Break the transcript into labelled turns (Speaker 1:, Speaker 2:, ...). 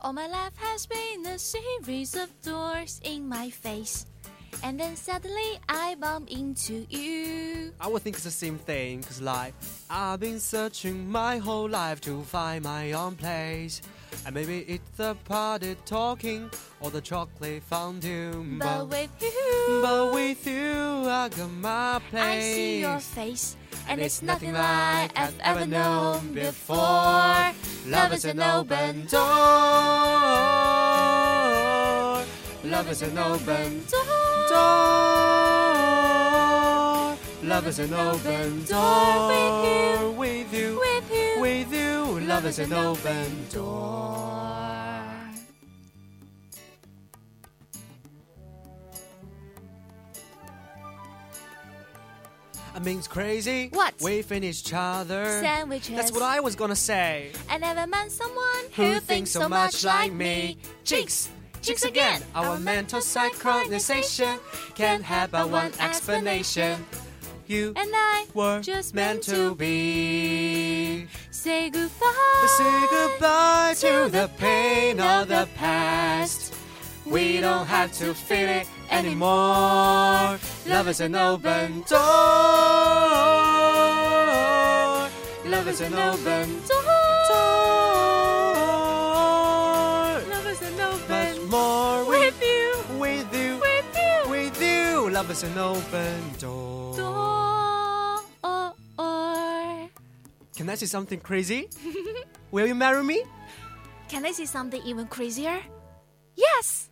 Speaker 1: All my life has been a series of doors in my face. And then suddenly I bump into you.
Speaker 2: I would think it's the same thing, cause like I've been searching my whole life to find my own place. And maybe it's the party talking or the chocolate fondue.
Speaker 1: But with you,
Speaker 2: but with you, I got my place.
Speaker 1: I see your face. And it's nothing like I've ever known before. Love is an open
Speaker 2: door. Love is an open door. Love is an open door. With you,
Speaker 1: With you,
Speaker 2: with you. Love is an open door.
Speaker 1: door.
Speaker 2: I mean, it's crazy.
Speaker 1: What?
Speaker 2: We finish each other.
Speaker 1: Sandwiches.
Speaker 2: That's what I was gonna say.
Speaker 1: I never met someone who thinks so much like me.
Speaker 2: Jinx!
Speaker 1: Jinx again!
Speaker 2: Our mental synchronization can have but one explanation. You
Speaker 1: And I
Speaker 2: were
Speaker 1: just
Speaker 2: meant to be.
Speaker 1: say
Speaker 2: Say
Speaker 1: goodbye.
Speaker 2: goodbye to the pain of the past. We don't have to feel it anymore. Love is an open door. Love is an open
Speaker 1: door.
Speaker 2: door.
Speaker 1: Love is an
Speaker 2: Much
Speaker 1: open
Speaker 2: more
Speaker 1: with you,
Speaker 2: with you,
Speaker 1: with you.
Speaker 2: with you. Love is an open door.
Speaker 1: Door.
Speaker 2: Can I say something crazy? Will you marry me?
Speaker 1: Can I say something even crazier? Yes.